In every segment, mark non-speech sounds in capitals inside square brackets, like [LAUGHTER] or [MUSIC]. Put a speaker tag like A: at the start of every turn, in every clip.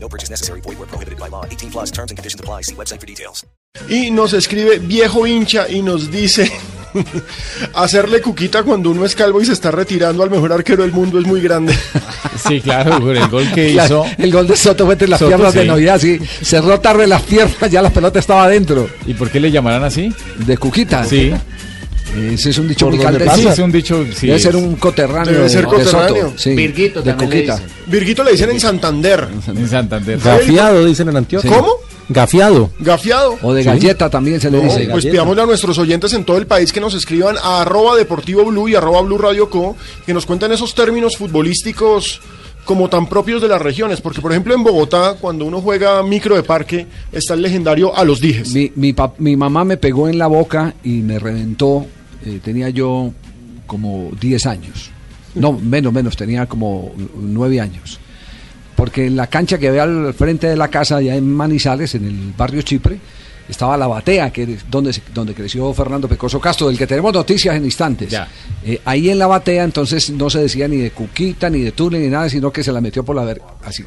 A: No purchase necessary. Void where prohibited by law. 18 plus terms and conditions apply. See website for details.
B: Y nos escribe viejo hincha y nos dice, [LAUGHS] hacerle cuquita cuando uno es calvo y se está retirando al mejor arquero del mundo es muy grande.
C: [LAUGHS]
D: Sí, claro, por el gol que
C: Claro,
D: hizo.
C: El gol de Soto fue entre las
D: Soto,
C: piernas de
D: sí.
C: Navidad, sí. Cerró tarde las piernas, ya la pelota estaba adentro.
D: ¿Y por qué le llamarán así?
C: De Cuquita.
D: Sí.
C: Ese es un dicho
B: Por
C: muy
B: donde
D: Sí,
C: caldense.
B: pasa.
D: es un dicho. Sí,
C: Debe
D: es-
C: ser un coterráneo.
B: Debe ser
C: de
B: coterráneo.
C: Soto, sí,
E: Virguito
C: de
E: también le
C: Cuquita.
E: dicen.
B: Virguito le dicen en Santander.
D: en Santander.
F: Gafiado, dicen en Antioquia.
B: ¿Cómo?
F: Gafiado.
B: Gafiado.
C: O de galleta también se le
B: No,
C: dice.
B: pues pidámosle a nuestros oyentes en todo el país que nos escriban a arroba deportivo blue y arroba blue radio co que nos cuenten esos términos futbolísticos como tan propios de las regiones, porque por ejemplo en Bogotá, cuando uno juega micro de parque, está el legendario a los dijes.
C: Mi, mi, pap- mi mamá me pegó en la boca y me reventó. eh, tenía yo como 10 años. No, menos, menos, tenía como 9 años. Porque en la cancha que había al frente de la casa, allá en Manizales, en el barrio Chipre, estaba la batea, que es donde, se- donde creció Fernando Pecoso Castro, del que tenemos noticias en instantes.
D: Ya.
C: Eh, ahí en la batea, entonces no se decía ni de cuquita, ni de túnel, ni nada, sino que se la metió por la ver así.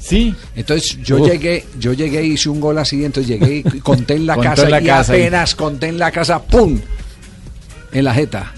D: Sí.
C: Entonces yo
D: Uf.
C: llegué, yo llegué, hice un gol así, entonces llegué
D: [LAUGHS]
C: y conté en la
D: Contó
C: casa
D: en la
C: y
D: casa y-
C: apenas conté en la casa, ¡pum! En la jeta.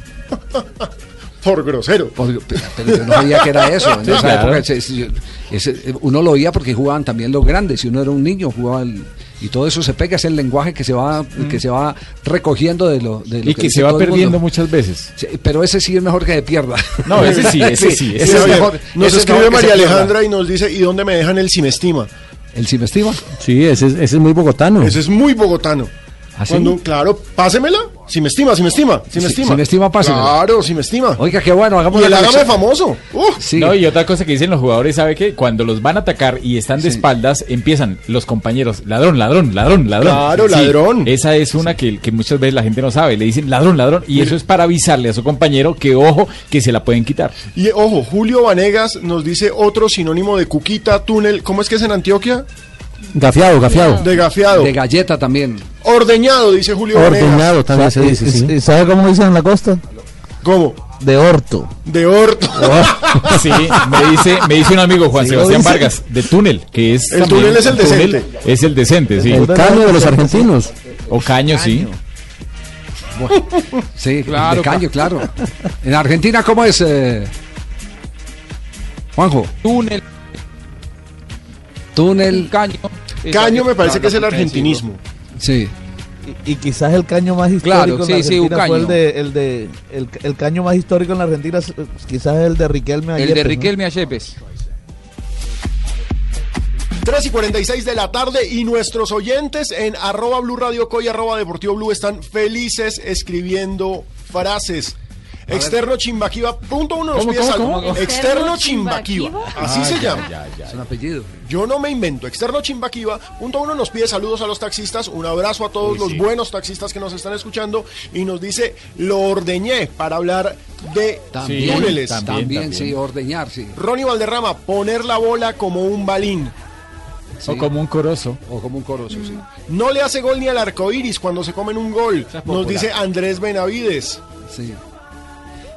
B: Por grosero.
C: Porque- pero, pero yo no sabía que era eso. En esa
D: claro.
C: época, ese- ese- ese- uno lo oía porque jugaban también los grandes. Si uno era un niño, jugaba el- y todo eso se pega, es el lenguaje que se va, que se va recogiendo de lo, de lo
D: Mm. Y que
C: dice
D: se va
C: todo el mundo.
D: perdiendo muchas veces.
C: Sí, Pero ese sí es mejor que se pierda.
D: No, ese
C: [LAUGHS]
D: sí, ese sí.
C: Ese
D: Ese
C: es
B: Javier,
C: mejor-
B: nos
C: ese es
B: escribe
C: mejor que se
B: María
C: pierda.
B: Alejandra y nos dice, ¿y dónde me dejan el simestima?
C: El simestiva.
F: Sí, ese, es- ese es muy bogotano.
B: Ese es muy bogotano.
C: Mm. ¿Ah, sí?
B: Cuando, claro, pásemela, si me estima, si me estima, si me
C: Si-
B: estima.
C: si me estima, pásemela.
B: Claro, si me estima.
C: Oiga, qué bueno, hagamos
B: y el
C: la
B: hágame
C: conexión.
B: famoso. Uh,
C: Sí.
D: No, y otra cosa que dicen los jugadores, ¿sabe que Cuando los van a atacar y están de
C: Sí.
D: espaldas, empiezan los compañeros, ladrón, ladrón, ladrón, ladrón.
B: Claro, ladrón.
D: Esa es una que, que muchas veces la gente no sabe. Le dicen ladrón, ladrón. Y eso es para avisarle a su compañero que, ojo, que se la pueden quitar.
B: Y ojo, Julio Vanegas nos dice otro sinónimo de cuquita, túnel. ¿Cómo es que es en Antioquia?
F: Gafiado, gafiado.
B: De gafiado.
C: De galleta también.
B: Ordeñado, dice Julio Vanegas.
F: Ordenado también se dice, sí. ¿Sabe cómo dicen en la costa?
B: ¿Cómo?
F: De orto.
B: De orto.
D: [LAUGHS] Sí, me dice, me dice un amigo Juan
F: Sí, lo
D: Sebastián
F: dice.
D: Vargas, de túnel, que es
B: El
D: también-
B: túnel es el
D: túnel
B: decente.
D: Es el decente, sí.
F: El caño de los argentinos.
D: O caño, sí.
C: Sí,
D: Claro,
C: de caño, claro. En Argentina, ¿cómo es? eh? Juanjo,
G: túnel,
C: túnel,
G: caño.
B: Caño me parece
G: No,
B: que
G: no,
B: es el
G: no, no,
B: argentinismo.
C: sí.
E: Y, y quizás el caño más histórico
G: Claro, sí,
E: en la
G: sí, un
E: Argentina fue el
G: caño.
E: de, el de el, el caño más histórico en la Argentina es, eh, quizás el de Riquelme
G: El
E: Ayepes,
G: de
E: ¿no?
G: Riquelme a Yepes.
B: 3 y 46 de la tarde y nuestros oyentes en arroba blue radio co y arroba deportivo blue están felices escribiendo frases. Externo Chimbaquiva, punto uno nos
D: ¿Cómo,
B: pide
D: cómo, Ah,
B: algo.
D: cómo?
B: Externo
H: ¿Externo
B: Chimbaquiva, así se llama.
C: Es un apellido.
B: Yo no me invento. Externo Chimbaquiva, punto uno nos pide saludos a los taxistas, un abrazo a todos los buenos taxistas que nos están escuchando y nos dice, lo ordeñé para hablar de
C: También,
B: túneles.
C: también, sí, ordeñar, sí.
B: Ronnie Valderrama, poner la bola como un balín.
D: O como un corozo.
C: O como un corozo, sí.
B: No le hace gol ni al arco iris cuando se comen un gol. Nos dice Andrés Benavides.
C: sí.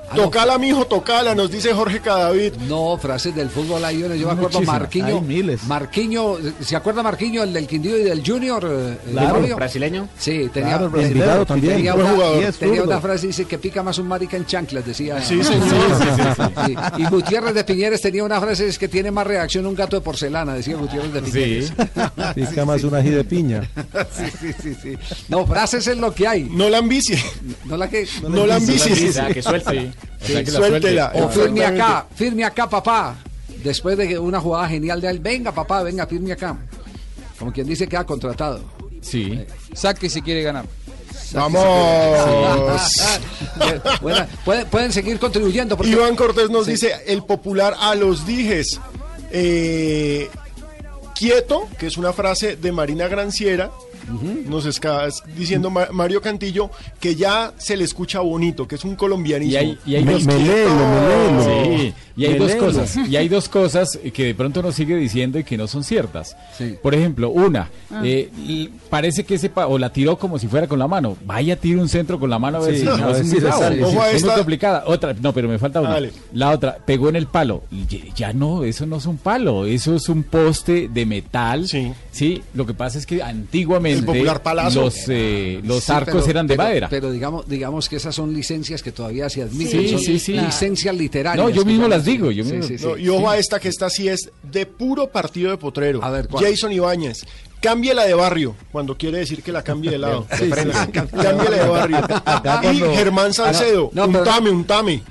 C: Ah, no,
B: Tocala, mijo, tocala, nos dice Jorge Cadavid.
C: No, frases del fútbol ahí, yo me acuerdo
D: Muchísimas,
C: Marquiño.
E: hay miles.
C: Marquiño, ¿se acuerda Marquiño, el del Quindío y del Junior? eh, eh,
E: Claro,
C: Gregorio?
E: brasileño.
C: Sí, tenía,
E: Claro, el
C: tenía-
E: brasileño.
F: también.
C: tenía
B: Buen
C: una,
B: jugador.
E: Y es
C: tenía
E: zurdo.
C: una frase, dice, que pica más un marica en chanclas, decía.
B: Sí, señor.
C: Sí, [LAUGHS] Y Gutiérrez de Piñeres tenía una frase es que tiene más reacción un gato de porcelana, decía Gutiérrez de Piñeres.
D: Sí.
F: Pica más un ají de piña.
C: Sí, sí, sí, sí. No, frases es lo que hay.
B: No la ambicie.
C: No la que.
B: No la ambicie.
D: que suelta.
B: Suéltela.
C: O firme
B: Exactamente.
C: acá, firme acá, papá. Después de que una jugada genial de él, venga, papá, venga, firme acá. Como quien dice que ha contratado.
D: Sí.
G: Saque si quiere ganar.
B: Vamos.
C: Buena, [LAUGHS] pueden, pueden seguir contribuyendo. Porque...
B: Iván Cortés nos dice el popular a los dijes. Eh, quieto, que es una frase de Marina Granciera. nos está diciendo Ma- Mario Cantillo que ya se le escucha bonito, que es un colombianismo.
D: Y hay, y hay
F: Me-
D: dos
F: me léelo, me léelo.
D: Sí, y hay
F: Me
D: dos
F: léelo.
D: cosas. Y hay dos cosas que de pronto nos sigue diciendo y que no son ciertas.
C: Sí.
D: Por ejemplo, una, eh, l- parece que ese pa- o la tiró como si fuera con la mano. Vaya, tira un centro con la mano a ver
F: Sí,
D: si
F: a
D: no,
F: ver
D: es
F: si
D: muy
F: le
D: bravo.
F: sale.
D: Es
B: Ojo a
D: muy
B: esta.
D: complicada. Otra, no, pero me falta una.
B: Dale.
D: La otra, pegó en el palo. Y- Ya no, eso no es un palo, eso es un poste de metal.
B: Sí.
D: lo que pasa es que antiguamente
B: El popular palazo.
D: los, eh, los
C: Sí,
D: arcos
C: pero-
D: eran de
C: pero-
D: madera.
C: Pero digamos, digamos que esas son licencias que todavía se admiten.
D: Sí,
C: son
D: sí, sí.
C: Licencias literarias.
D: No, yo
C: que
D: mismo
C: llaman.
D: las digo, yo
C: Sí,
D: mismo-
C: sí, sí.
B: No, y ojo a esta que esta sí es de puro partido de potrero.
C: A ver, ¿cuál?
B: Jason Ibáñez. Cámbiela de barrio, cuando quiere decir que la cambie de lado.
C: sí, sí. [LAUGHS]
B: Cámbiela de barrio.
E: Acá
B: Y
E: cuando-
B: Germán Salcedo,
C: Ah, no, pero-
B: untame, untame.